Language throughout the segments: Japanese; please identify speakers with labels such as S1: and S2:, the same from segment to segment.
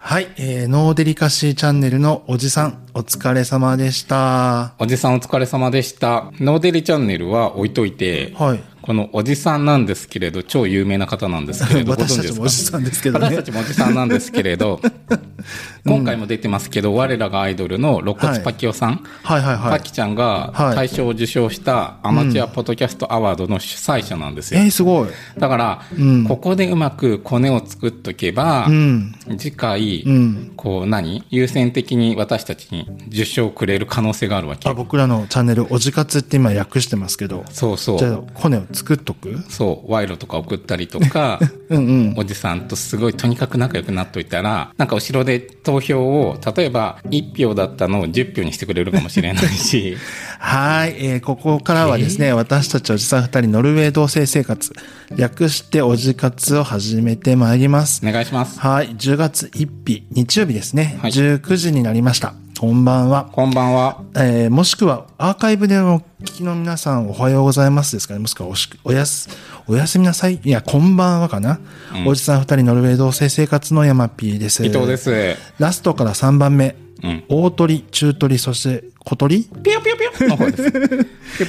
S1: はい、えー、ノーデリカシーチャンネルのおじさん、お疲れ様でした。
S2: おじさんお疲れ様でした。ノーデリチャンネルは置いといて、
S1: はい。
S2: このおじさんなんですけれど、超有名な方なんですけれど、ご
S1: 私た
S2: 存知で
S1: ちも
S2: すか
S1: おじさんですけど
S2: 私
S1: ね
S2: た。ちもおじさんなんですけ れど、今回も出てますけど、我らがアイドルの肋骨パキオさん、
S1: はいはいは
S2: パ
S1: い。
S2: キちゃんが
S1: はい
S2: 大賞を受賞したアマチュアポッドキャストアワードの主催者なんですよ。
S1: えー、すごい。
S2: だから、
S1: ん
S2: ここでうまくコネを作っとけば、
S1: うん。
S2: 次回、
S1: うん
S2: こう何優先的に私たちに受賞をくれる可能性があるわけ
S1: あ、。僕らのチャンネル、おじかつって今略してますけど。
S2: そうそ
S1: じゃあ
S2: う。、
S1: コネを作っとく
S2: そう、賄賂とか送ったりとか、
S1: うんうん。
S2: おじさんとすごいとにかく仲良くなっといたら、なんか後ろで投票を、例えば1票だったのを10票にしてくれるかもしれない し、
S1: はい、えーここからはですね、私たちおじさん二人、ノルウェー同棲生活、略しておじ活を始めてまいります。
S2: お願いします。
S1: はい、10月1日、日曜日ですね、
S2: はい
S1: 19時になりました。こんばんは。
S2: こんばんは。
S1: えーもしくは、アーカイブでお聞きの皆さん、おはようございますですかね。もしくはおし、おやす、おやすみなさい。いや、こんばんはかな。おじさん二人、ノルウェー同棲生活の山 P です。
S2: 伊藤で。す。
S1: ラストから3番目、
S2: うん。
S1: 大鳥、中鳥、そして小鳥
S2: ぴよぴよぴよの 方です。ぴよぴ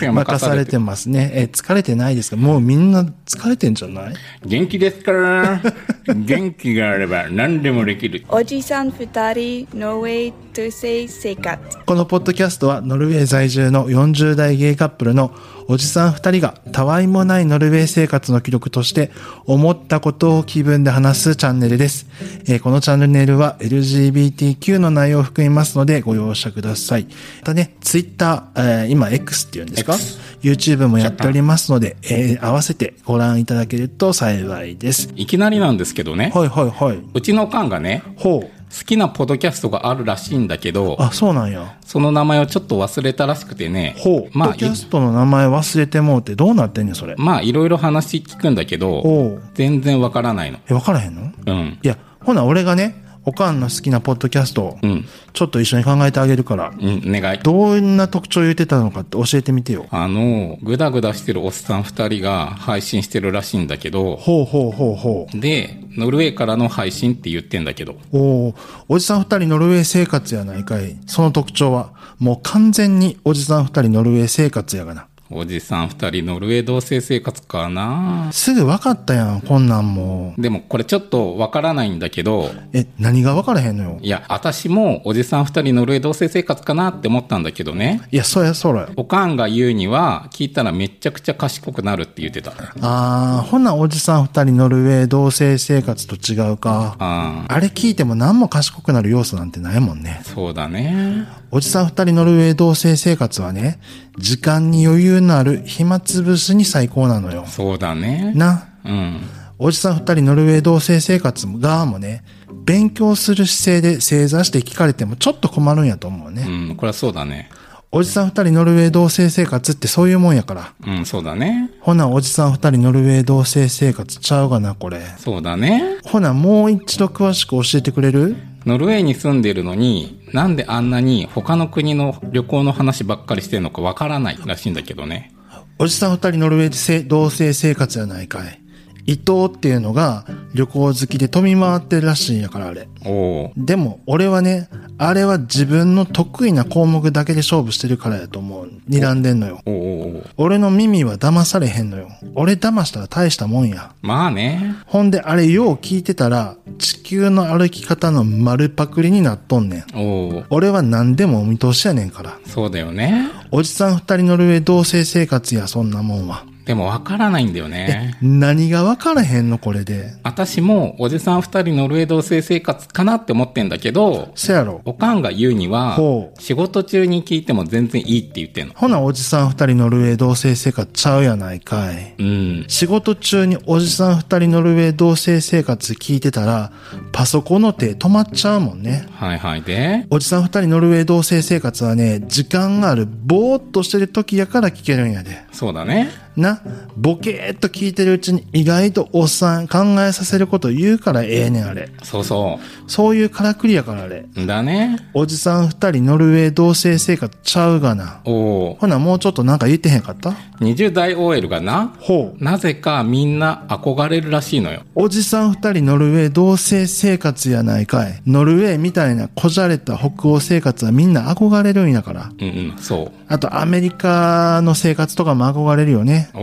S2: よ
S1: 任
S2: 任
S1: さ
S2: さ
S1: れ
S2: れて。
S1: てますね。えー疲れてないですかもうみんな疲れてんじゃない
S2: 元気ですから 元気があれば何でもできる。
S3: おじさん二人、ノーウェイ・トゥ・セイ・生活。
S1: このポッドキャストはノルウェー在住の40代ゲイカップルのおじさん2人がたわいもないノルウェー生活の記録として思ったことを気分で話すチャンネルです。えーこのチャンネルは LGBTQ の内容を含みますのでご容赦ください。またね、Twitter、えー今 X っていうんですか
S2: X
S1: ?YouTube もやっておりますので、えー合わせてご覧いただけると幸いです。
S2: いきなりなんですけどね、
S1: はいはいはい。
S2: うちのおかんがね、
S1: ほう。
S2: 好きなポッドキャストがあるらしいんだけど、
S1: あ、そうなんや。
S2: その名前をちょっと忘れたらしくてね、
S1: ほう。ポ
S2: ま
S1: ッ
S2: あ
S1: ドキャストの名前忘れてもうってどうなってんねん、それ。
S2: まあいろいろ話聞くんだけど、
S1: ほう。
S2: 全然わからないの。
S1: え、わからへんの
S2: うん。
S1: いや、ほな、俺がね、おかんの好きなポッドキャストを
S2: うん。
S1: ちょっと一緒に考えてあげるから、
S2: うん、お願い。
S1: どんな特徴言ってたのかって教えてみてよ。
S2: あの、ぐだぐだしてるおっさん二人が配信してるらしいんだけど、
S1: ほうほうほうほう。
S2: で、ノルウェーからの配信って言ってんだけど、
S1: おーおじさん二人ノルウェー生活やないかい。その特徴は、もう完全におじさん二人ノルウェー生活やがな。
S2: おじさん二人ノルウェー同棲生活かな
S1: すぐ分かったやん、こんなんもう。
S2: でもこれちょっとわからないんだけど、
S1: え、何が分からへんのよ。
S2: いや、私もおじさん二人ノルウェー同棲生活かなって思ったんだけどね。
S1: いや、そやそらよ。
S2: おかんが言うには、聞いたらめちゃくちゃ賢くなるって言ってた。
S1: あー、ほな、おじさん二人ノルウェー同棲生活と違うか。
S2: あ
S1: あれ聞いても何も賢くなる要素なんてないもんね
S2: あ、。そうだね。
S1: おじさん二人ノルウェー同棲生活はね、時間に余裕のある暇つぶしに最高なのよ。
S2: そうだね。
S1: な、
S2: うん。
S1: おじさん二人ノルウェー同棲生活がもね、勉強する姿勢で正座して聞かれてもちょっと困るんやと思うね。
S2: うん、これはそうだね。
S1: おじさん二人ノルウェー同棲生活ってそういうもんやから。
S2: うん、そうだね。
S1: ほな、おじさん二人ノルウェー同棲生活ちゃうがな、これ。
S2: そうだね。
S1: ほな、もう一度詳しく教えてくれる
S2: ノルウェーに住んでるのに、なんであんなに他の国の旅行の話ばっかりしてるのかわからないらしいんだけどね。
S1: おじさん二人ノルウェーせ同棲生活やないかい。伊藤っていうのが旅行好きで飛び回ってるらしいんやからあれ。
S2: おお
S1: でも俺はね、あれは自分の得意な項目だけで勝負してるからやと思う。睨んでんのよ。
S2: おおお
S1: 俺の耳は騙されへんのよ。俺騙したら大したもんや。
S2: まあね。
S1: ほんであれよう聞いてたら、地球の歩き方の丸パクリになっとんねん。
S2: おお
S1: 俺は何でもお見通しやねんから。
S2: そうだよね。
S1: おじさん二人ノルウェー同棲生活や、そんなもんは。
S2: でもわからないんだよね。
S1: 何が分からへんのこれで。
S2: 私もおじさん二人ノルウェー同棲生活かなって思ってんだけど、
S1: せやろ。
S2: おかんが言うには
S1: ほ、う
S2: 仕事中に聞いても全然いいって言ってんの。
S1: ほな、おじさん二人ノルウェー同棲生活ちゃうやないかい。
S2: うん。
S1: 仕事中におじさん二人ノルウェー同棲生活聞いてたら、パソコンの手止まっちゃうもんね。
S2: はいはいで、
S1: おじさん二人ノルウェー同棲生活はね、時間がある、ぼーっとしてる時やから聞けるんやで。
S2: そうだね。
S1: な、な、ボケーっと聞いてるうちに意外とおっさん考えさせること言うからええねんあれ。
S2: そうそ
S1: そういうからくりやからあれ。
S2: う。だね。
S1: おじさん二人ノルウェー同棲生活ちゃうがな。
S2: おお
S1: ほな、もうちょっとなんか言ってへんかった
S2: 20代 OL がな、
S1: ほう。
S2: なぜかみんな憧れるらしいのよ。
S1: おじさん二人ノルウェー同棲生活やないかい。ノルウェーみたいなこじゃれた北欧生活はみんな憧れるんやから。
S2: うんうん、そ
S1: あとアメリカの生活とかも憧れるよね。
S2: う。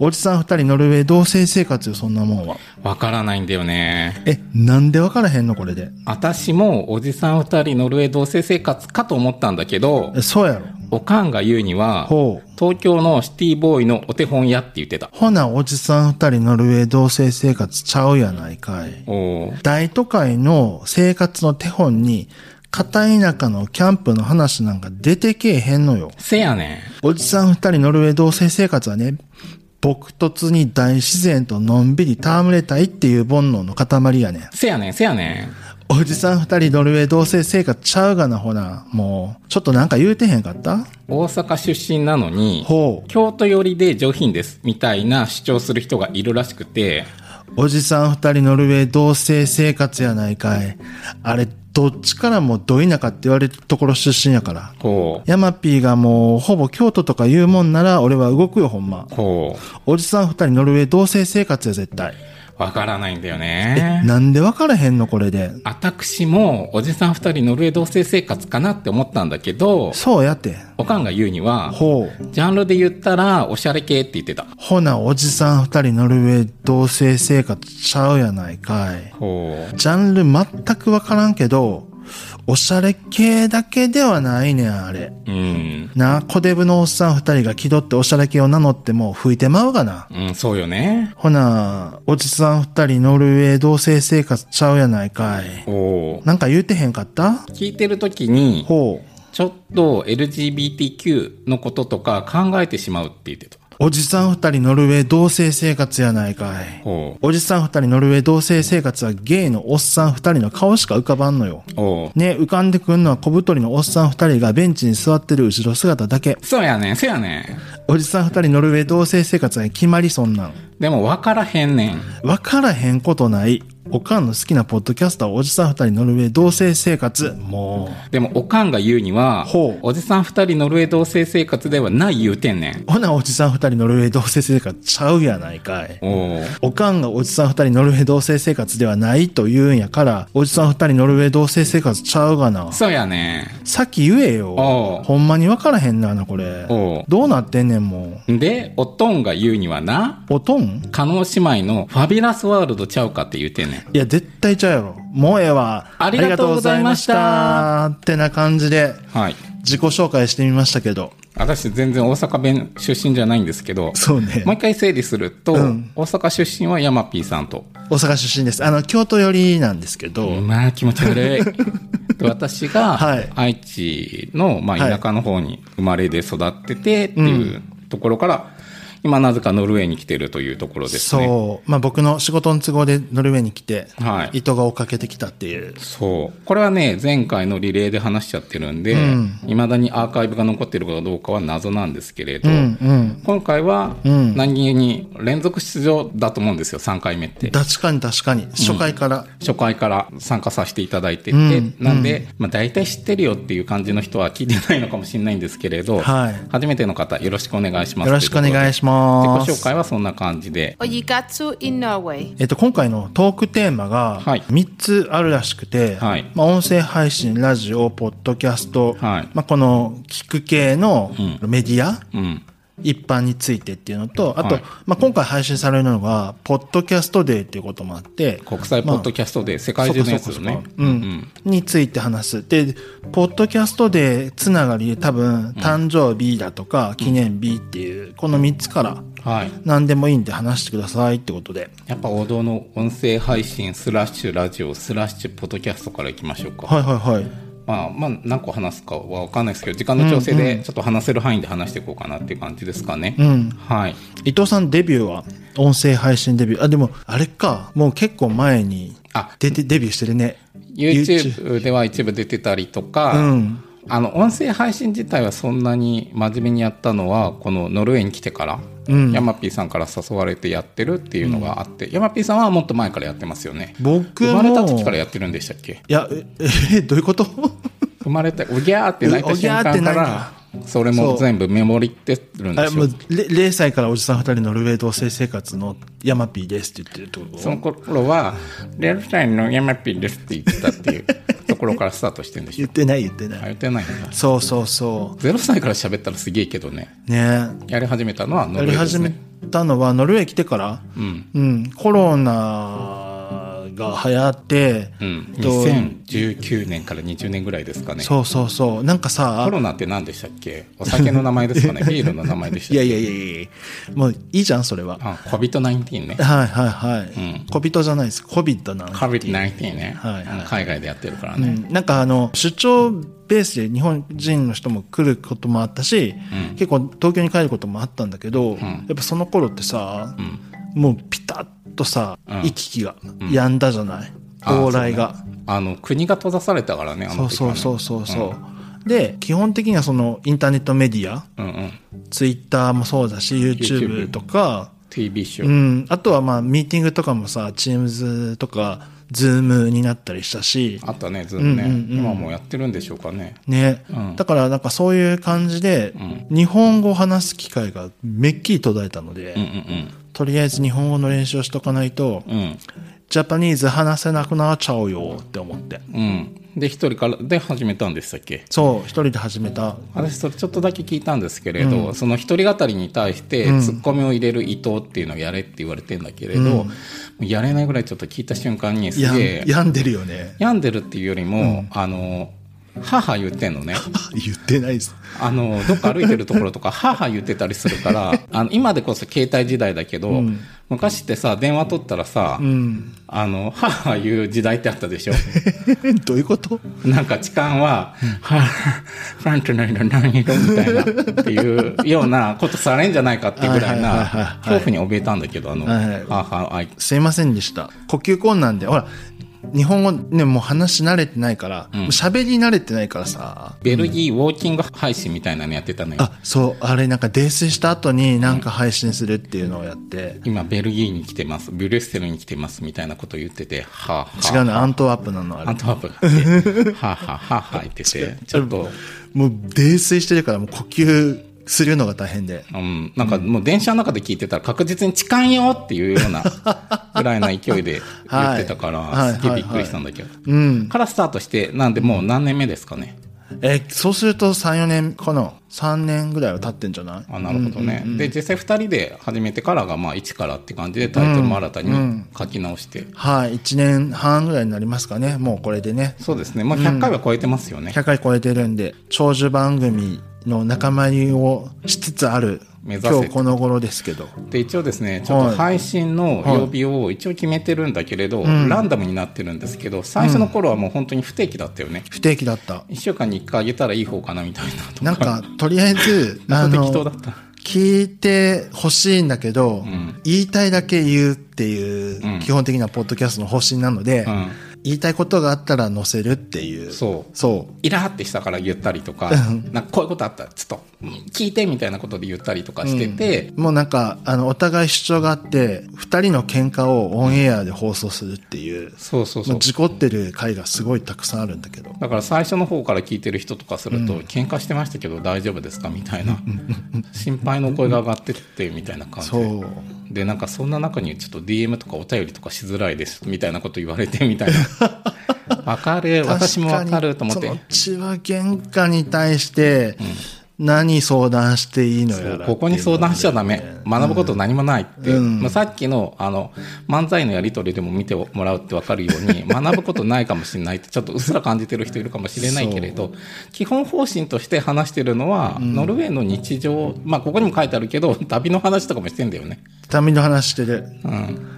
S2: お
S1: おじさん二人ノルウェー同棲生活よ、そんなもんは。
S2: お、わからないんだよね。
S1: え、なんでわからへんのこれで。
S2: 私もおじさん二人ノルウェー同棲生活かと思ったんだけど
S1: え、そうやろ。
S2: おかんが言うには、
S1: ほう。
S2: 東京のシティボーイのお手本屋って言ってた。
S1: ほな、おじさん二人ノルウェー同棲生活ちゃうやないかい。
S2: おおー、
S1: 大都会の生活の手本に、片田舎のキャンプの話なんか出てけえへんのよ。
S2: せやね
S1: おじさん二人ノルウェー同棲生活はね、僕突に大自然とのんびり戯れたいっていう煩悩の塊やねん
S2: ん。。せやねん、せやね
S1: おじさん二人ノルウェー同棲生活ちゃうがな、ほな。もう、ちょっとなんか言うてへんかった
S2: ん。大阪出身なのに、
S1: ほう。
S2: 京都寄りで上品です、みたいな主張する人がいるらしくて、
S1: おじさん二人ノルウェー同棲生活やないかい。あれ、どっちからもど田舎って言われるところ出身やから。
S2: こ
S1: ヤマピーがもう、ほぼ京都とか言うもんなら、俺は動くよ、ほんま
S2: う、。こ
S1: おじさん二人ノルウェー同棲生活や、絶対。
S2: う、わからないんだよね。
S1: なんで分からへんの、これで。
S2: 私もおじさん二人ノルウェー同棲生活かなって思ったんだけど、
S1: そうやって。
S2: おかんが言うには、
S1: ほう。
S2: ジャンルで言ったらおしゃれ系って言ってた。
S1: ほな、おじさん二人ノルウェー同棲生活ちゃうやないかい。
S2: ほう。
S1: ジャンル全く分からんけど、おしゃれ系だけではないねん、あれ。
S2: うん。
S1: なあ、小デブのおっさん二人が気取っておしゃれ系を名乗っても吹いてまうがな。
S2: うん、そうよね。
S1: ほな、おじさん二人ノルウェー同棲生活ちゃうやないかい。
S2: ほう。
S1: なんか言うてへんかった
S2: 聞いてるときに、
S1: ほう。
S2: ちょっと LGBTQ のこととか考えてしまうって言ってた。
S1: おじさん二人ノルウェー同棲生活やないかい。
S2: ほ
S1: おじさん二人ノルウェー同棲生活はゲイのおっさん二人の顔しか浮かばんのよ。
S2: う。ほ
S1: ね、浮かんでくんのは小太りのおっさん二人がベンチに座ってる後ろ姿だけ
S2: う。。そうやねん、そうやねん。
S1: おじさん二人ノルウェー同棲生活は決まりそんなん。
S2: でも分からへんねん。
S1: わからへんことない。おかんの好きなポッドキャスターおじさん二人ノルウェー同棲生活。も
S2: でも、おかんが言うには
S1: ほう、
S2: おじさん二人ノルウェー同棲生活ではない言うてんねん。
S1: う。ほな、おじさん二人ノルウェー同棲生活ちゃうやないかい。
S2: おう。
S1: おかんがおじさん二人ノルウェー同棲生活ではないと言うんやから、おじさん二人ノルウェー同棲生活ちゃうがな。
S2: そうやね
S1: さっき言えよ。
S2: お
S1: ほんまにわからへんな、なこれ。
S2: おう
S1: どうなってんねん、も
S2: う。で、おとんが言うにはな、
S1: う。おとん
S2: 加納姉妹のファビュラスワールドちゃうかって言うてんねん。
S1: いや、絶対ちゃうやろ。もうええわ。
S2: ありがとうございました
S1: ありがとうございましたってな感じで、
S2: はい。
S1: 自己紹介してみましたけど。
S2: 私全然大阪弁出身じゃないんですけど、
S1: そうね
S2: もう。一回整理すると、
S1: うん
S2: 大阪出身はヤマピーさんと。
S1: 大阪出身です。あの、京都寄りなんですけど、
S2: まあ気持ち悪い。 で私が
S1: はい
S2: 愛知の、まあ、
S1: はい
S2: 田舎の方に生まれで育っててっていうところから、今なぜかノルウェーに来てるというところですね。
S1: そう、まあ僕の仕事の都合でノルウェーに来て、
S2: はい
S1: 糸が追っかけてきたっていう。
S2: そう。これはね、前回のリレーで話しちゃってるんで、
S1: ん
S2: 未だにアーカイブが残ってるかどうかは謎なんですけれど、
S1: うん、うん。
S2: 今回は
S1: うん
S2: 何気に連続出場だと思うんですよ、3回目って。
S1: 確かに確かに、初回から。
S2: 初回から参加させていただいてて、
S1: うん
S2: なんで、まあ、大体知ってるよっていう感じの人は聞いてないのかもしれないんですけれど、
S1: はい
S2: 初めての方よろしくお願いします
S1: よろしくお願いし
S2: という
S1: ま
S2: こと
S1: す。
S2: で自己紹介はそんな感じで
S3: Ojigatsu in Norway.
S1: えっと、今回のトークテーマが
S2: はい
S1: 3つあるらしくて、
S2: はい
S1: まあ、音声配信、ラジオ、ポッドキャスト、
S2: はい
S1: まあ、この聞く系のメディア、
S2: うん
S1: 一般についてっていうのと、あと、
S2: はい
S1: まあ、今回配信されるのが、ポッドキャストデーっていうこともあって、
S2: 国際ポッドキャストで世界中のやつをね、
S1: そうかそうかそうかうん
S2: うん
S1: について話す。で、ポッドキャストでつながりで多分、誕生日だとか、記念日っていう、この3つから、
S2: はい
S1: 何でもいいんで話してくださいってことで。
S2: やっぱ王道の音声配信スラッシュラジオスラッシュポッドキャストからいきましょうか、
S1: はいはいはい。
S2: まあまあ何個話すかは分かんないですけど時間の調整でちょっと話せる範囲で話していこうかなっていう感じですかね、
S1: うん。
S2: はい
S1: 伊藤さんデビューは、音声配信デビュー。あ、でも、あれか、もう結構前に
S2: あ
S1: 出て、デビューしてるね。
S2: YouTube では一部出てたりとか、
S1: うん
S2: あの音声配信自体はそんなに真面目にやったのはこのノルウェーに来てから、
S1: うん
S2: ヤマピーさんから誘われてやってるっていうのがあって、ヤマピーさんはもっと前からやってますよね
S1: 僕も
S2: 生まれた時からやってるんでしたっけ
S1: いや、え、えどういうこと
S2: 生まれておぎゃーって泣いた瞬間
S1: おぎゃーって
S2: か
S1: 泣い
S2: らそれも全部メモリってるん
S1: あ
S2: で
S1: れ
S2: す
S1: も
S2: よ
S1: うれ0歳からおじさん二人ノルウェー同棲生活のヤマピーですって言ってるってこと
S2: その頃は「レルタイのヤマピーです」って言ってたっていうところからスタートしてるんでし
S1: 言
S2: ょ
S1: ってない言ってない、
S2: あ言ってないんだ
S1: そうそうそ
S2: 0歳から喋ったらすげえけどね
S1: うね
S2: やり始めたのはノ
S1: や
S2: ルウ
S1: り
S2: ェーです
S1: 始め
S2: ね
S1: たのはノルウェー来てから、うんコロナが流行って、
S2: うん、
S1: と
S2: 2019年から20年ぐらいですかね
S1: そうそうそうなんかさ
S2: コロナって何でしたっけお酒の名前ですか ねビールの名前でした
S1: い
S2: っ
S1: や
S2: け
S1: いやいやいやもういいじゃんそれは
S2: あ COVID-19 ね
S1: はいはいはい、
S2: うん
S1: 小人じゃないです小人なんで
S2: COVID-19 ね、
S1: はいはい
S2: うん海外でやってるから
S1: う
S2: ね、
S1: ん、なんかあの出張ベースで日本人の人も来ることもあったし、結構東京に帰ることもあったんだけど、やっぱその頃ってさ、もうピタッとさ、行き来がやんだじゃない、
S2: あー
S1: 往来が
S2: あの国が閉ざされたからねあ
S1: そ
S2: の
S1: う
S2: 時
S1: そ
S2: は
S1: う
S2: ね
S1: そうそうそう、で基本的にはそのインターネットメディア
S2: うんうん
S1: ツイッターもそうだし YouTube とか
S2: TV ショー、
S1: うん、あとはまあミーティングとかもさ Teams とか Zoom になったりしたし
S2: あったねズームね、
S1: うんうんうん
S2: 今もうやってるんでしょうかね
S1: ね、
S2: うん
S1: だからなんかそういう感じで、日本語を話す機会がめっきり途絶えたので、
S2: うんうん
S1: とりあえず日本語の練習をしとかないと、
S2: うんうん
S1: ジャパニーズ話せなくなっちゃうよって思って。
S2: うんで一人からで始めたんでしたっけ
S1: そう、一人で始めた。
S2: 私それちょっとだけ聞いたんですけれど、その一人語りに対してツッコミを入れる伊藤っていうのをやれって言われてんだけれど、もうやれないぐらいちょっと聞いた瞬間にす
S1: やん
S2: げえ
S1: 病んでるよね。
S2: 病んでるっていうよりも、あの母言ってんのね
S1: 言ってないです。
S2: あのどっか歩いてるところと か母言ってたりするからあの今でこそ携帯時代だけど、昔ってさ電話取ったらさ、
S1: うん。
S2: あの母言う時代ってあった でしょ
S1: どういうこと
S2: なんか痴漢は、はぁ、フランチの色何色みたいなっていうようなことされんじゃないかっていうぐ
S1: はいは
S2: らい
S1: い
S2: な
S1: はいはい
S2: 恐怖に怯えたんだけど、あの、
S1: は
S2: はいい
S1: はい
S2: はあい
S1: すいませんでした。呼吸困難で、ほら、日本語ね、もう話し慣れてないから、もう喋、り慣れてないからさ。
S2: ベルギーウォーキング配信みたいなのやってたのよ。
S1: あ、そう、あれなんか泥酔した後になんか配信するっていうのをやって。
S2: 今ベルギーに来てます、ブリュッセルに来てますみたいなこと言ってて、はぁ、
S1: 違う
S2: は
S1: の、アントワープなの、あ
S2: ぁ、アン
S1: れ。
S2: トワープがあって、はぁはぁはぁはぁ言ってて、ちょっと、
S1: もう泥酔してるから、もう呼吸するのが大変で。
S2: うん、なんかもう電車の中で聞いてたら確実に痴漢よっていうようなぐらいな勢いで言ってたか
S1: はい
S2: ら、すげえびっくりしたんだけど。
S1: うん。
S2: からスタートして、なんでもう何年目ですかね。
S1: え、そうすると3、4年かな ?3 年ぐらいは経ってんじゃない
S2: あなるほどね、で実際2人で始めてからがまあ1からって感じでタイトルも新たに書き直して、
S1: はい、1年半ぐらいになりますかね。もうこれでね。
S2: そうですねもう100回は超えてますよね、
S1: 100回超えてるんで、長寿番組の仲間入りをしつつある、
S2: 目指せ
S1: 今日この頃ですけど。
S2: で一応ですねちょっと配信の曜日を一応決めてるんだけれど、ランダムになってるんですけど最初の頃はもう本当に不定期だったよね、
S1: 不定期だった。
S2: 1週間に1回あげたらいい方かなみたいなと
S1: なんか、とりあえ ず、あ
S2: 適当だ
S1: の
S2: っ、た
S1: 聞いてほしいんだけど、言いたいだけ言うっていう、基本的なポッドキャストの方針なので、
S2: ん
S1: 言いたいことがあったら載せるっていう。
S2: そう
S1: そ
S2: イラーってしたから言ったりとかなんかこういうことあったらちょっとうん聞いてみたいなことで言ったりとかしてて、
S1: う。もうなんか、あの、お互い主張があって、二人の喧嘩をオンエアで放送するっていう、
S2: そうそうそ
S1: も
S2: う
S1: う事故ってる回がすごいたくさんあるんだけど。
S2: だから最初の方から聞いてる人とかすると、喧嘩してましたけど大丈夫ですかみたいな心配の声が上がってってみたいな感じ
S1: そ
S2: で
S1: う。
S2: でなんかそんな中にちょっと DM とかお便りとかしづらいですみたいなこと言われてみたい なわかる私もわかると思っ
S1: 確
S2: て
S1: かにそのうちは喧嘩に対して、何相談していいのやらっていうのがね、
S2: ここに相談しちゃダメ学ぶこと何もないって、まあ、さっきのあの漫才のやり取りでも見てもらうって分かるよう に学ぶことないかもしれないってちょっとうっすら感じてる人いるかもしれないけれど基本方針として話してるのは、ノルウェーの日常まあここにも書いてあるけど旅の話とかもしてんだよね、
S1: 民の話してる。
S2: うん、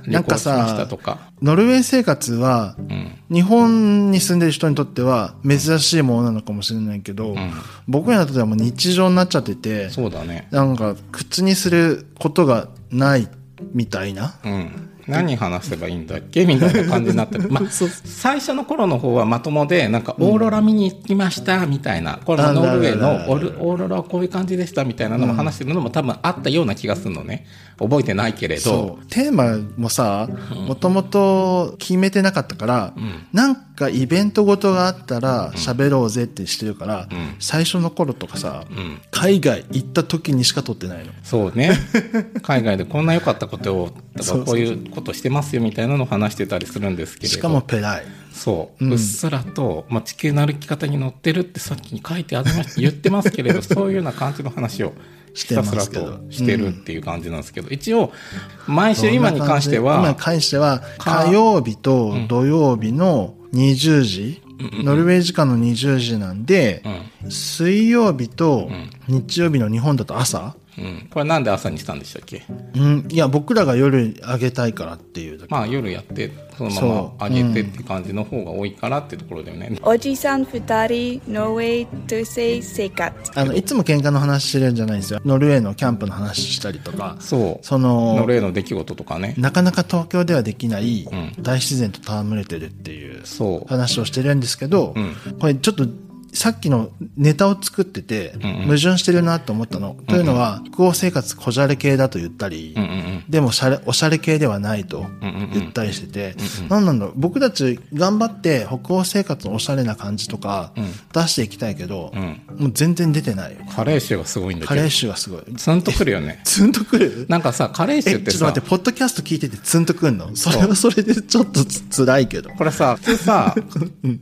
S1: なん
S2: 旅
S1: か
S2: 行し
S1: さ
S2: ましたとか
S1: ノルウェー生活は、日本に住んでる人にとっては珍しいものなのかもしれないけど、僕らにとってはもう日常になっちゃってて、
S2: そうだね
S1: なんか口にすることがないみたいな
S2: うん何話せばいいんだっけみたいな感じになって る、まあ、最初の頃の方はまともでなんかオーロラ見に行きましたみたいな、これ
S1: あ
S2: ノルウェー
S1: なる
S2: の
S1: ほ
S2: オ
S1: ど
S2: ルオーロラはこういう感じでしたみたいなのも話してるのも多分あったような気がするのね覚えてないけれど
S1: そうテーマもさもともと決めてなかったから、なんかイベントごとがあったら喋ろうぜってしてるから、最初の頃とかさ、
S2: ん
S1: 海外行った時にしか撮ってないの
S2: そうね 海外でこんな良かったことをと
S1: そうそう
S2: かこういうことしてますよみたいなのを話してたりするんですけれど
S1: しかもペライ
S2: そう、
S1: う
S2: うんっすらと、まあ、地球の歩き方に乗ってるってさっきに書いてありました言ってます けれどそういうような感じの話を
S1: して
S2: ひ
S1: ま
S2: た
S1: す
S2: す
S1: けど
S2: らとしてるっていう感じなんですけど、一応毎週今に関して
S1: 今に
S2: は
S1: 関しては
S2: か
S1: 火曜日と土曜日の20時、ノルウェー時間の20時なんで、水曜日と日曜日の日本だと朝、
S2: うん、うん、これなんで朝にしたんでしたっけ
S1: うん、いや僕らが夜あげたいからっていうだけ、
S2: まあ夜やってその
S1: そ
S2: まま
S1: う
S2: 上げてって感じの方が多いからってところだよね、
S3: Ojisan Futari, no way to say Seikat.
S1: あのいつも喧嘩の話してるんじゃないんですよノルウェーのキャンプの話したりとか
S2: そう
S1: その
S2: ノルウェーの出来事とかね
S1: なかなか東京ではできない
S2: ん
S1: 大自然と戯れてるっていう
S2: そう
S1: 話をしてるんですけど、
S2: う
S1: これちょっとさっきのネタを作ってて矛盾してるなと思ったの。というのは北欧生活こじゃれ系だと言ったり、
S2: うんうん
S1: でもしゃれおしゃれ系ではないと言ったりしてて、なんなんだろう僕たち頑張って北欧生活のおしゃれな感じとか出していきたいけど、
S2: ん
S1: もう全然出てないよ。
S2: うんカレー臭がすごいんだ
S1: カ
S2: け
S1: レ
S2: ど
S1: ー臭がすごい。
S2: ツンとくるよね
S1: ツンとくる
S2: なんかさカレー
S1: え、
S2: 臭
S1: ち
S2: っ
S1: ょってと
S2: さ
S1: 待って、ポッドキャスト聞いててツンとくんのそれはそれでちょっとつ辛いけど。
S2: こ れさ普通さ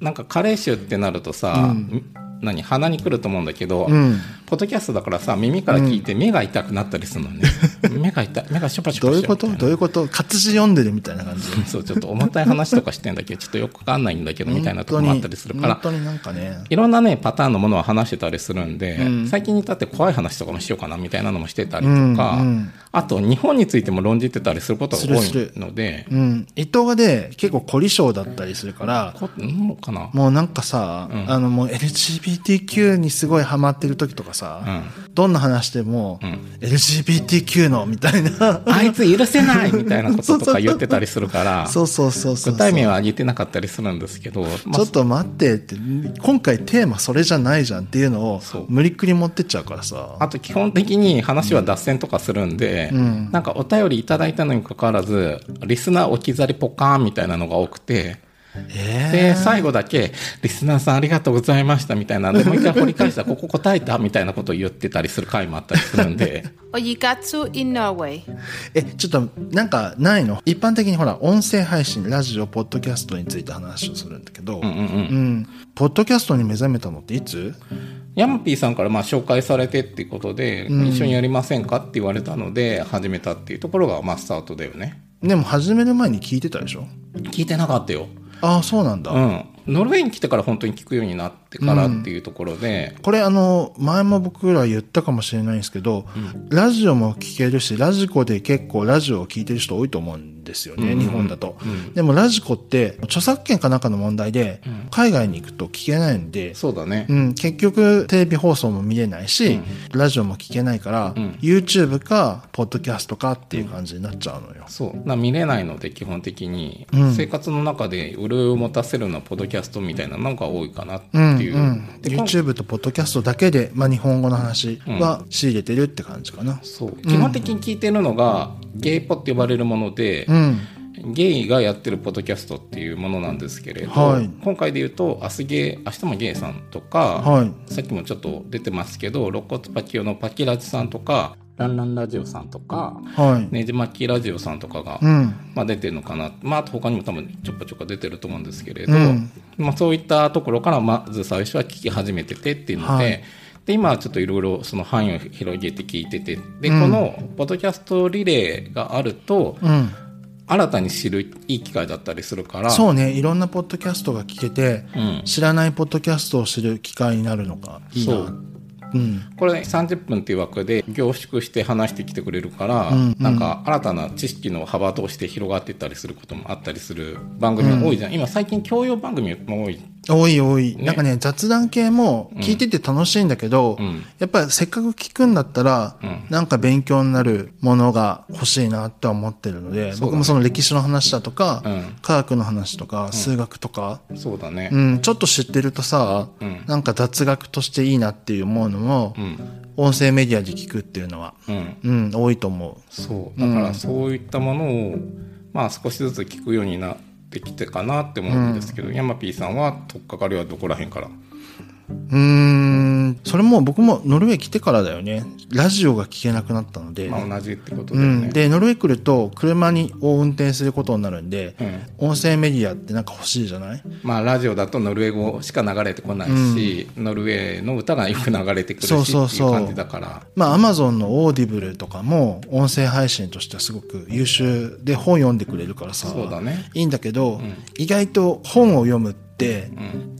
S2: なんかカレー臭ってなるとさ、何鼻にくると思うんだけど、
S1: ん
S2: ポッドキャストだからさ耳から聞いて目が痛くなったりす るのね、目が痛い目がシュパシュ
S1: ど
S2: パ
S1: うい
S2: し
S1: う
S2: ちゃ
S1: こと
S2: みた
S1: どういうこと活字読んでるみたいな感じ。
S2: いなそうちょっと重たい話とかしてんだけどちょっとよくわかんないんだけどみたいなとこもあったりするから
S1: 本当になんかね。
S2: いろんなねパターンのものを話してたりするんで、
S1: ん
S2: 最近に至って怖い話とかもしようかなみたいなのもしてたりとか、
S1: うんうん
S2: あと日本についても論じてたりすることが多
S1: するす
S2: いので
S1: うん。伊藤がね、結構凝り性だったりするから、
S2: こうんのかな、
S1: もうなんかさ、
S2: ん
S1: あのもう LGBTQ にすごいハマってる時とかさ、どんな話でも、
S2: ん
S1: LGBTQ のみたいな。
S2: あいつ許せないみたいなこととか言ってたりするから
S1: そうそうそうそう。
S2: 具体名は挙げてなかったりするんですけど、ま
S1: ちょ
S2: あ
S1: っと待ってって、今回テーマそれじゃないじゃんっていうのを
S2: そう
S1: 無理っくり持ってっちゃうからさ。
S2: あと基本的に話は脱線とかするんで、
S1: ん
S2: なんかお便りいただいたのにかかわらず、リスナー置き去りポカーンみたいなのが多くて、
S1: え
S2: で、最後だけ、リスナーさんありがとうございましたみたい な、でもう一回掘り返したら、ここ答えたみたいなことを言ってたりする回もあったりする んで、
S4: Ojikatsu in Norway.
S1: え、ちょっとなんかないの一般的にほら、音声配信、ラジオ、ポッドキャストについて話をするんだけど、うん
S2: うんうん
S1: ポッドキャストに目覚めたのっていつ
S2: ヤンピーさんからまあ紹介されてっていうことで、一緒にやりませんかって言われたので、始めたっていうところがまあスタートだよね。
S1: でも始める前に聞いてたでしょ
S2: 聞いてなかったよ。
S1: ああ、そうなんだ。
S2: うん、ノルウェーに来てから本当に聞くようになってからっていうところで、
S1: これあの前も僕ら言ったかもしれないんですけど、ラジオも聞けるしラジコで結構ラジオを聞いてる人多いと思うんですよね、日本だと、でもラジコって著作権かなんかの問題で海外に行くと聞けないんで、
S2: そうだね、
S1: うん、結局テレビ放送も見れないし、ラジオも聞けないから、YouTube かポッドキャストかっていう感じになっちゃうのよ、
S2: そうな見れないので基本的に、生活の中で潤いを持たせるのはポッドキャストみたいなのが多いかなって
S1: うん
S2: いう、
S1: うん、
S2: で今
S1: YouTube とポッドキャストだけで、まあ、日本語の話は仕入れてるって感じかな、
S2: そう基本的に聞いてるのが、ゲイポって呼ばれるもので、
S1: うん、
S2: ゲイがやってるポッドキャストっていうものなんですけれど、
S1: はい
S2: 今回で言うと「明日ゲイ明日もゲイ」さんとか、
S1: はい
S2: さっきもちょっと出てますけど「肋骨パキオ」のパキラジさんとか「ランランラジオ」さんとか
S1: はい、
S2: ねじまきラジオさんとかが、
S1: うん
S2: まあ、出てるのかな、まあ、あと他にも多分ちょこちょこ出てると思うんですけれど、
S1: うん
S2: まあ、そういったところからまず最初は聞き始めててっていうので,、
S1: はい
S2: で今はちょっといろいろその範囲を広げて聞いててで、このポッドキャストリレーがあると、
S1: うん
S2: 新たに知るいい機会だったりするから
S1: そうねいろんなポッドキャストが聞けて、
S2: うん
S1: 知らないポッドキャストを知る機会になるのかいいな
S2: そう
S1: うん
S2: これ、30分っていう枠で凝縮して話してきてくれるから、なんか新たな知識の幅として広がっていったりすることもあったりする番組が多いじゃん、今最近教養番組も多い
S1: 多い多い。
S2: ね
S1: なんかね、雑談系も聞いてて楽しいんだけど、
S2: うん
S1: やっぱりせっかく聞くんだったら、
S2: うん
S1: なんか勉強になるものが欲しいなとは思ってるので、
S2: そうだね
S1: 僕もその歴史の話だとか、
S2: うん
S1: 科学の話とか、数学とか、
S2: そうだね
S1: う。ん、ちょっと知ってるとさ、
S2: うん
S1: なんか雑学としていいなっていう思うのも、
S2: うん。
S1: 音声メディアで聞くっていうのは、
S2: うん。
S1: うん、多いと思
S2: そう。だからそういったものを、まあ少しずつ聞くようになってきてかなって思うんですけど、ヤマピーさんは取っかかりはどこら辺から
S1: う。うーん、それも僕もノルウェー来てからだよね。ラジオが聞けなくなったので。
S2: まあ同じってこと
S1: う
S2: だよね。
S1: ん、でノルウェー来ると車にを運転することになるんで、音声メディアってなんか欲しいじゃない
S2: まあ、ラジオだとノルウェー語しか流れてこないし、ノルウェーの歌がよく流れてくるし
S1: そう
S2: って
S1: そう
S2: い
S1: そう
S2: う感じだから
S1: まあアマゾンのオーディブルとかも音声配信としてはすごく優秀で本読んでくれるからさ
S2: そうだね
S1: いいんだけど、意外と本を読むって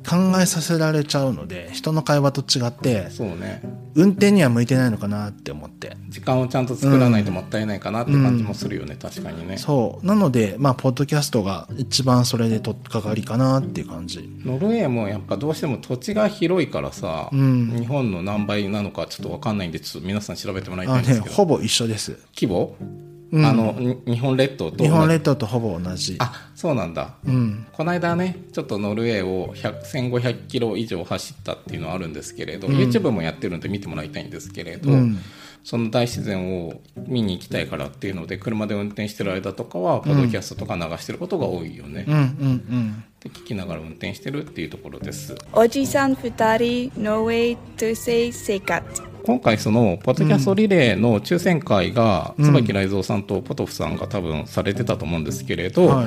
S1: 考えさせられちゃうので人の会話と違って
S2: そうね
S1: 運転には向いてないのかなって思って
S2: 時間をちゃんと作らないともったいないかなって感じもするよね、確かにね
S1: そうなのでまあポッドキャストが一番それで取っかかりかなっていう感じ
S2: ノルウェーもやっぱどうしても土地が広いからさ、
S1: ん
S2: 日本の何倍なのかちょっと分かんないんでちょっと皆さん調べてもらいた
S1: あ
S2: いんで
S1: ね
S2: すけど、
S1: ほぼ一緒です
S2: 規模、
S1: うん
S2: あのに日本列島と
S1: 日本列島とほぼ同じ
S2: あそうなんだ、
S1: うん
S2: この間ねちょっとノルウェーを100 1500キロ以上走ったっていうのはあるんですけれど、YouTube もやってるんで見てもらいたいんですけれど、
S1: ん
S2: その大自然を見に行きたいからっていうので車で運転してる間とかはポッドキャストとか流してることが多いよね、
S1: うんうんうん
S2: で聞きながら運転してるっていうところです
S3: おじさん二人 No way to say 生活
S2: 今回そのポッドキャストリレーの抽選会が、椿雷蔵さんとポトフさんが多分されてたと思うんですけれど、
S1: はい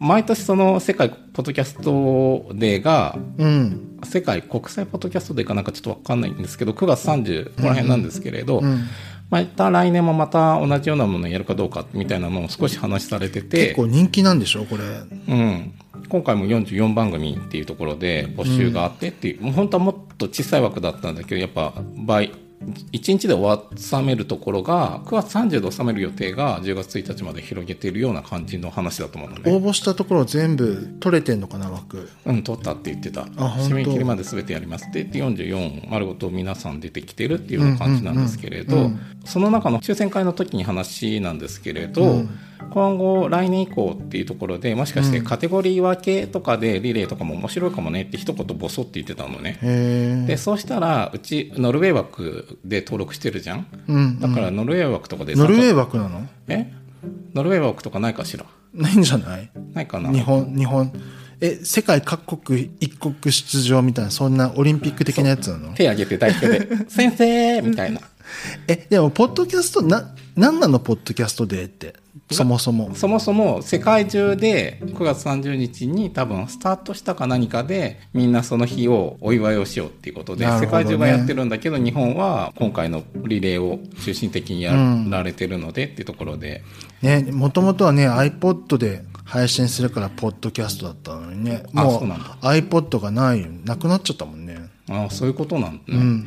S2: 毎年その世界ポッドキャストデーが
S1: うん
S2: 世界国際ポッドキャストデーかなんかちょっとわかんないんですけど9月30ここら辺なんですけれど、
S1: ん
S2: また来年もまた同じようなものをやるかどうかみたいなのを少し話されてて
S1: 結構人気なんでしょこれ
S2: うん、今回も44番組っていうところで募集があってっていう、もう本当はもっと小さい枠だったんだけどやっぱ倍1日で収めるところが9月30で収める予定が10月1日まで広げているような感じの話だと思うの
S1: 応
S2: で、
S1: 募したところ全部取れてんのかな枠
S2: うん、取ったって言ってた
S1: 本当
S2: 締め切りまで全てやりますって言って44丸ごと皆さん出てきてるっていうような感じなんですけれど、
S1: うんうんうん
S2: その中の抽選会の時に話なんですけれど、
S1: うん
S2: 今後来年以降っていうところでもしかしてカテゴリー分けとかでリレーとかも面白いかもねって一言ボソって言ってたのね。
S1: へ
S2: で
S1: え
S2: そうしたらうちノルウェー枠で登録してるじゃん
S1: うん
S2: だからノルウェー枠とかで
S1: ノルウェー
S2: ー
S1: 枠なの
S2: えノルウェー枠とかないかしら
S1: ないんじゃない
S2: ないかな
S1: 日本日本え世界各国一国出場みたいなそんなオリンピック的なやつなの
S2: 手挙げて大手 で「先生!」みたいな
S1: えでもポッドキャストな何なのポッドキャストデーってそもそも
S2: そもそも世界中で9月30日に多分スタートしたか何かでみんなその日をお祝いをしようっていうことで、
S1: なるほどね
S2: 世界中がやってるんだけど日本は今回のリレーを中心的にやられてるのでっていうところで、
S1: ねもともとはね iPod で配信するからポッドキャストだったのにね
S2: あ
S1: もう
S2: そうなんだ
S1: iPod がないなくなっちゃったもんね
S2: ああそういうことなんだね、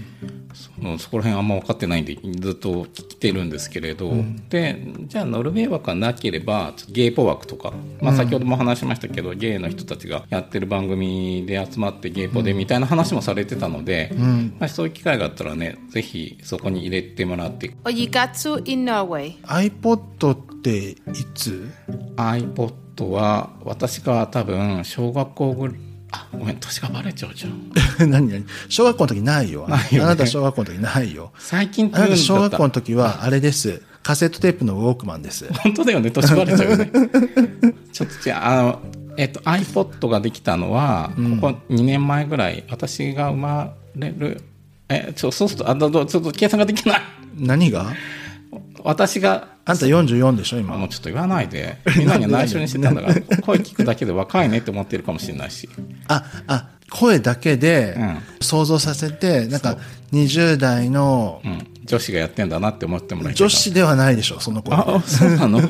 S2: そのそこら辺あんま分かってないんでずっと聞いてるんですけれど、でじゃあノルウェー枠がなければちょっとゲイポ枠とか、まあ、先ほども話しましたけど、ゲイの人たちがやってる番組で集まってゲイポでみたいな話もされてたので、まあ、そういう機会があったらねぜひそこに入れてもらって。
S4: Ojigatsu in Norway.
S1: iPod っていつ
S2: iPod は私が多分小学校ぐらいあごめん年がバレちゃうじゃん
S1: 何何小学校の時ないよ。
S2: ないよね
S1: あなた小学校の時ないよ。
S2: 最近って
S1: あ
S2: い
S1: な
S2: うん
S1: た
S2: だった
S1: 小学校の時はあれです。カセットテープのウォークマンです。
S2: 本当だよね年バレちゃうよねちょっとじゃああのえっと iPod ができたのは、ここ2年前ぐらい私が生まれるえちょそうするとあどどちょっと計算ができない
S1: 何が
S2: 私が
S1: あんた44でしょ、
S2: あ
S1: 今
S2: もう。ちょっと言わないでみんなには内緒にしてたんだから声聞くだけで若いねって思ってるかもしれないし
S1: あ、あ、声だけで
S2: うん
S1: 想像させて、なんか20代の
S2: うん女子がやってんだなって思ってもらいたい
S1: 女子ではないでしょ、その子。
S2: あそうなの、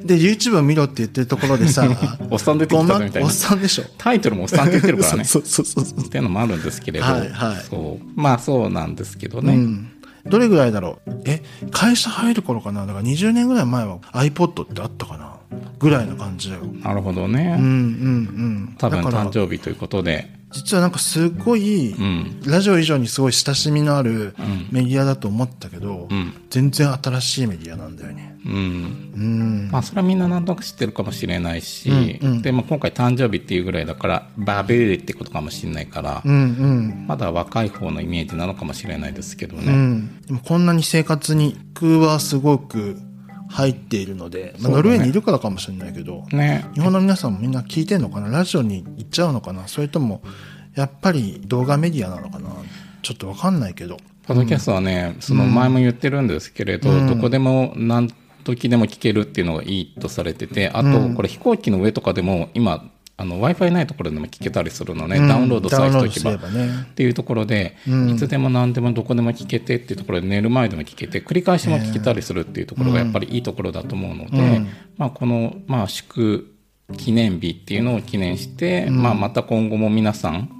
S1: で、YouTube を見ろって言ってるところでさ
S2: おっさん出てきたぞみたいな
S1: ごまおっさんでしょ。
S2: タイトルもおっさんって言ってるからね
S1: そうそうそうそう。
S2: っていうのもあるんですけれど、
S1: はいはい
S2: そうまあそうなんですけどね、
S1: うんどれぐらいだろうえ、会社入る頃かなだから20年ぐらい前は iPod ってあったかなぐらいな感じだよ。
S2: なるほどね、
S1: うんうんうん。
S2: 多分
S1: だから
S2: 誕生日ということで
S1: 実はなんかすごい、
S2: ん
S1: ラジオ以上にすごい親しみのあるメディアだと思ったけど、全然新しいメディアなんだよね。
S2: うん
S1: うん。
S2: まあ、それはみんな何となく知ってるかもしれないし、でまあ、今回誕生日っていうぐらいだからバーベルってことかもしれないから、
S1: うんうん。
S2: まだ若い方のイメージなのかもしれないですけどね、
S1: うん。でもこんなに生活に工夫はすごく入っているので、まあ、
S2: そうだね
S1: ノルウェーにいるからかもしれないけど、
S2: ね
S1: 日本の皆さんもみんな聞いてんのかなラジオに行っちゃうのかなそれとも、やっぱり動画メディアなのかなちょっとわかんないけど。
S2: ポッドキャストはね、その前も言ってるんですけれど、どこでも何時でも聞けるっていうのがいいとされてて、あと、これ飛行機の上とかでも今、あの Wi-Fi ないところでも聞けたりするのね、
S1: うん
S2: ダウンロードさえしとけ
S1: ダウ
S2: ば。
S1: ンロードすればね
S2: っていうところで、いつでも何でもどこでも聞けてっていうところで寝る前でも聞けて繰り返しも聞けたりするっていうところがやっぱりいいところだと思うので、まあ、この、まあ、祝記念日っていうのを記念して、まあ、また今後も皆さん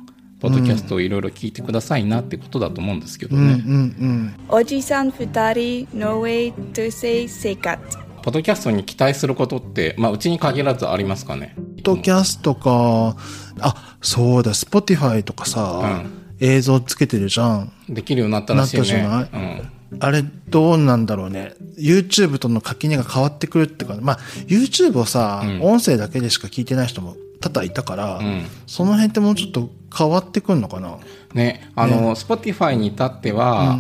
S2: ポッドキャストをいろいろ聞いてくださいなってことだと思うんですけどね。
S1: うんうん。
S3: Ojisan Futari, no way to say sekat.
S2: ポッドキャストに期待することって、まあ、うちに限らずありますかね。
S1: ポッドキャストか、あ、そうだ、スポティファイとかさ、映像つけてるじゃん。
S2: できるようになったらしいね。
S1: なったじゃあれ、どうなんだろうね。YouTube との垣根が変わってくるってか、まあ、YouTube をさ、音声だけでしか聞いてない人も多々いたから、
S2: ん
S1: その辺ってもうちょっと変わってくるのかな。
S2: うん、ね、あの、Spotify に至っては、あ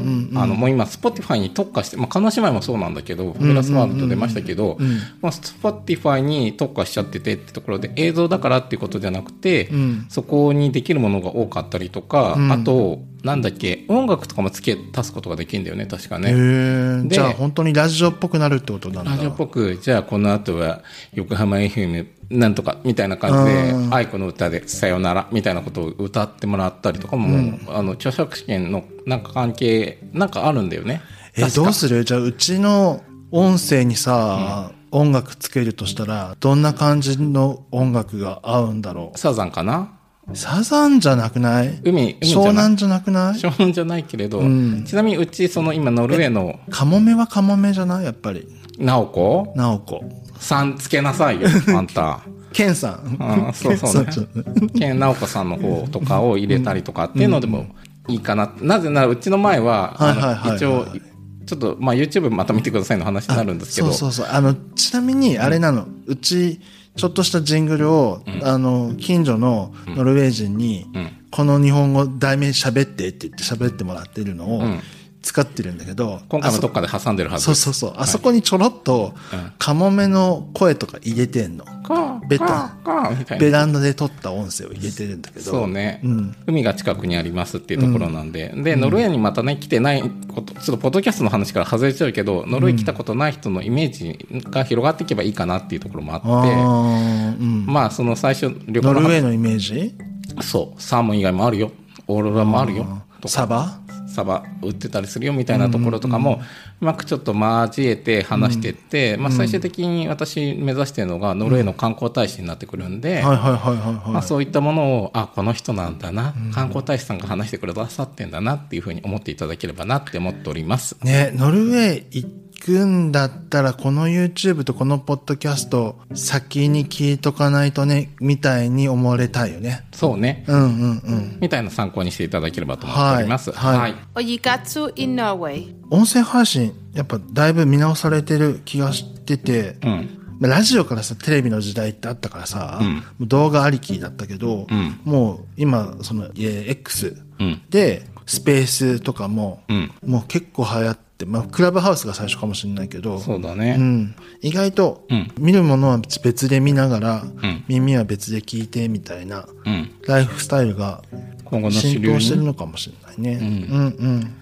S2: の、もう今、Spotify に特化して、まあ、金姉妹もそうなんだけど、ファビュラスワールド出ましたけど、まあ、Spotify に特化しちゃっててってところで、映像だからっていうことじゃなくて、
S1: ん
S2: そこにできるものが多かったりとか、あと、なんだっけ、音楽とかも付け足すことができるんだよね、確かね。
S1: へー
S2: で
S1: じゃあ本当にラジオっぽくなるってことなんだ。
S2: ラジオっぽく、じゃあこの後は横浜 FM なんとかみたいな感じで
S1: う、ん
S2: 愛子の歌でさよならみたいなことを歌ってもらったりとかも、あの、著作権のなんか関係、なんかあるんだよね。
S1: え
S2: 確か
S1: どうするじゃあうちの音声にさ、音楽つけるとしたらどんな感じの音楽が合うんだろ
S2: サザンかな
S1: うサザンじゃなくない
S2: 海、海じ
S1: 湘
S2: ゃない
S1: 南。じゃなくない
S2: 湘南じゃないけれど、ちなみにうちその今ノルウェーの
S1: カモメはカモメじゃないやっぱり
S2: 直子
S1: 直子
S2: さんつけなさいよ、あんた。
S1: ケンさん
S2: あーそうそう
S1: ケンさんじゃない
S2: ね。ケン直子さんの方とかを入れたりとかっていうのでもいいかな。なぜならうちの前は、
S1: はいはいはい
S2: あの一応
S1: はい、
S2: ちょっと、まあ、YouTube また見てくださいの話になるんですけど、
S1: そうそうそう。あの、ちなみに、あれなの、うち、ちょっとしたジングルを、あの、近所のノルウェー人に、この日本語、題名喋ってって言って喋ってもらってるのを
S2: ん
S1: 使ってるんだけど、
S2: 今回
S1: あ
S2: も
S1: そ
S2: どっかで挟んでるはず
S1: そう
S2: です。
S1: そうそう。あそこにちょろっと、カモメの声とか入れてんの。
S2: か、
S1: ベタ
S2: か、か、みたい
S1: ベ
S2: な。
S1: ランダで撮った音声を入れてるんだけど。
S2: そうね、
S1: うん
S2: 海が近くにありますっていうところなんで、で、ノルウェーにまたね、来てないこと、ちょっとポッドキャストの話から外れちゃうけど、ノルウェー来たことない人のイメージが広がっていけばいいかなっていうところもあって、
S1: あーうん。
S2: まあ、その最初、旅行
S1: ノ
S2: の
S1: ルウ
S2: 話
S1: ェーのイメージ
S2: そう、サーモン以外もあるよ、オーロラもあるよ、とか
S1: サバ
S2: サバ売ってたりするよみたいなところとかも、うまくちょっと交えて話してって、まあ、最終的に私目指してるのがノルウェーの観光大使になってくるんで、
S1: はいはいはいはい
S2: ま
S1: は
S2: あ、
S1: い。
S2: そういったものをあこの人なんだな、観光大使さんが話してくださってんだなっていうふうに思っていただければなって思っております。
S1: ね、ノルウェー行くんだったら、この YouTube とこのポッドキャスト、先に聞いとかないとね、みたいに思われたいよね。
S2: そうね、
S1: うんうんうん。
S2: みたいな参考にしていただければと思っております。
S1: はいはい
S4: Ojikatsu in Norway.
S1: 音声配信、やっぱだいぶ見直されてる気がしてて、
S2: うん
S1: まあラジオからさ、テレビの時代ってあったからさ、もう動画ありきだったけど、
S2: ん
S1: もう今、その、えー X
S2: うん
S1: で、スペースとかも、
S2: うん
S1: もう結構流行って、まあ、クラブハウスが最初かもしれないけど、
S2: そうだね、
S1: うん、意外と
S2: うん
S1: 見るものは別で見ながら、
S2: ん
S1: 耳は別で聞いてみたいな
S2: うん、
S1: ライフスタイルが
S2: 今後の主
S1: 浸
S2: 流
S1: 透してる
S2: に
S1: のかもしれないね。うん、うん、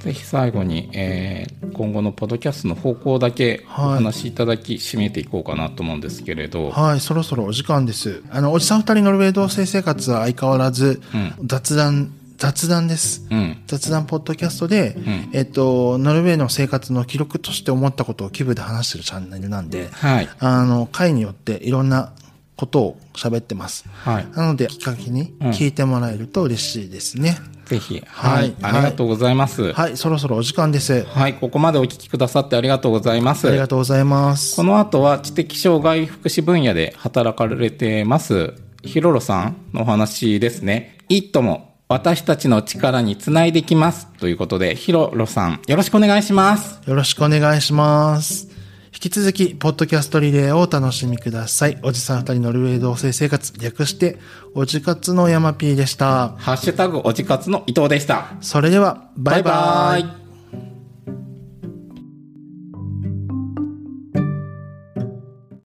S2: ぜひ最後に、えー今後のポッドキャストの方向だけお話しいただき、締めていこうかなと思うんですけれど、
S1: はい、そろそろお時間です。あの、おじさん二人ノルウェー同棲生活は相変わらず、雑談、雑談です。
S2: うん、
S1: 雑談ポッドキャストで、えっと、ノルウェーの生活の記録として思ったことを気分で話してるチャンネルなんで、
S2: はい、
S1: あの、回によっていろんなことを喋ってます。
S2: はい
S1: なので、きっかけに聞いてもらえると嬉しいですね。
S2: ぜひ、は
S1: は
S2: い、
S1: い
S2: ありがとうございます。はい、
S1: はい、そろそろお時間です。
S2: ここまでお聞きくださってありがとうございま
S1: あり
S2: す
S1: が。とうございます
S2: こ。の後は知的障害福祉分野で働かれてます、ひろろさんのお話ですね。イットも私たちの力につないできます。ということで、ヒロロさん、よろしくお願いします。
S1: よろしくお願いします。引き続き、ポッドキャストリレーをお楽しみください。おじさん二人ノルウェー同棲生活、略して、おじかつの山 P でした。
S2: ハッシュタグおじかつの伊藤でした。
S1: それでは、バイバイ。
S2: バイバイ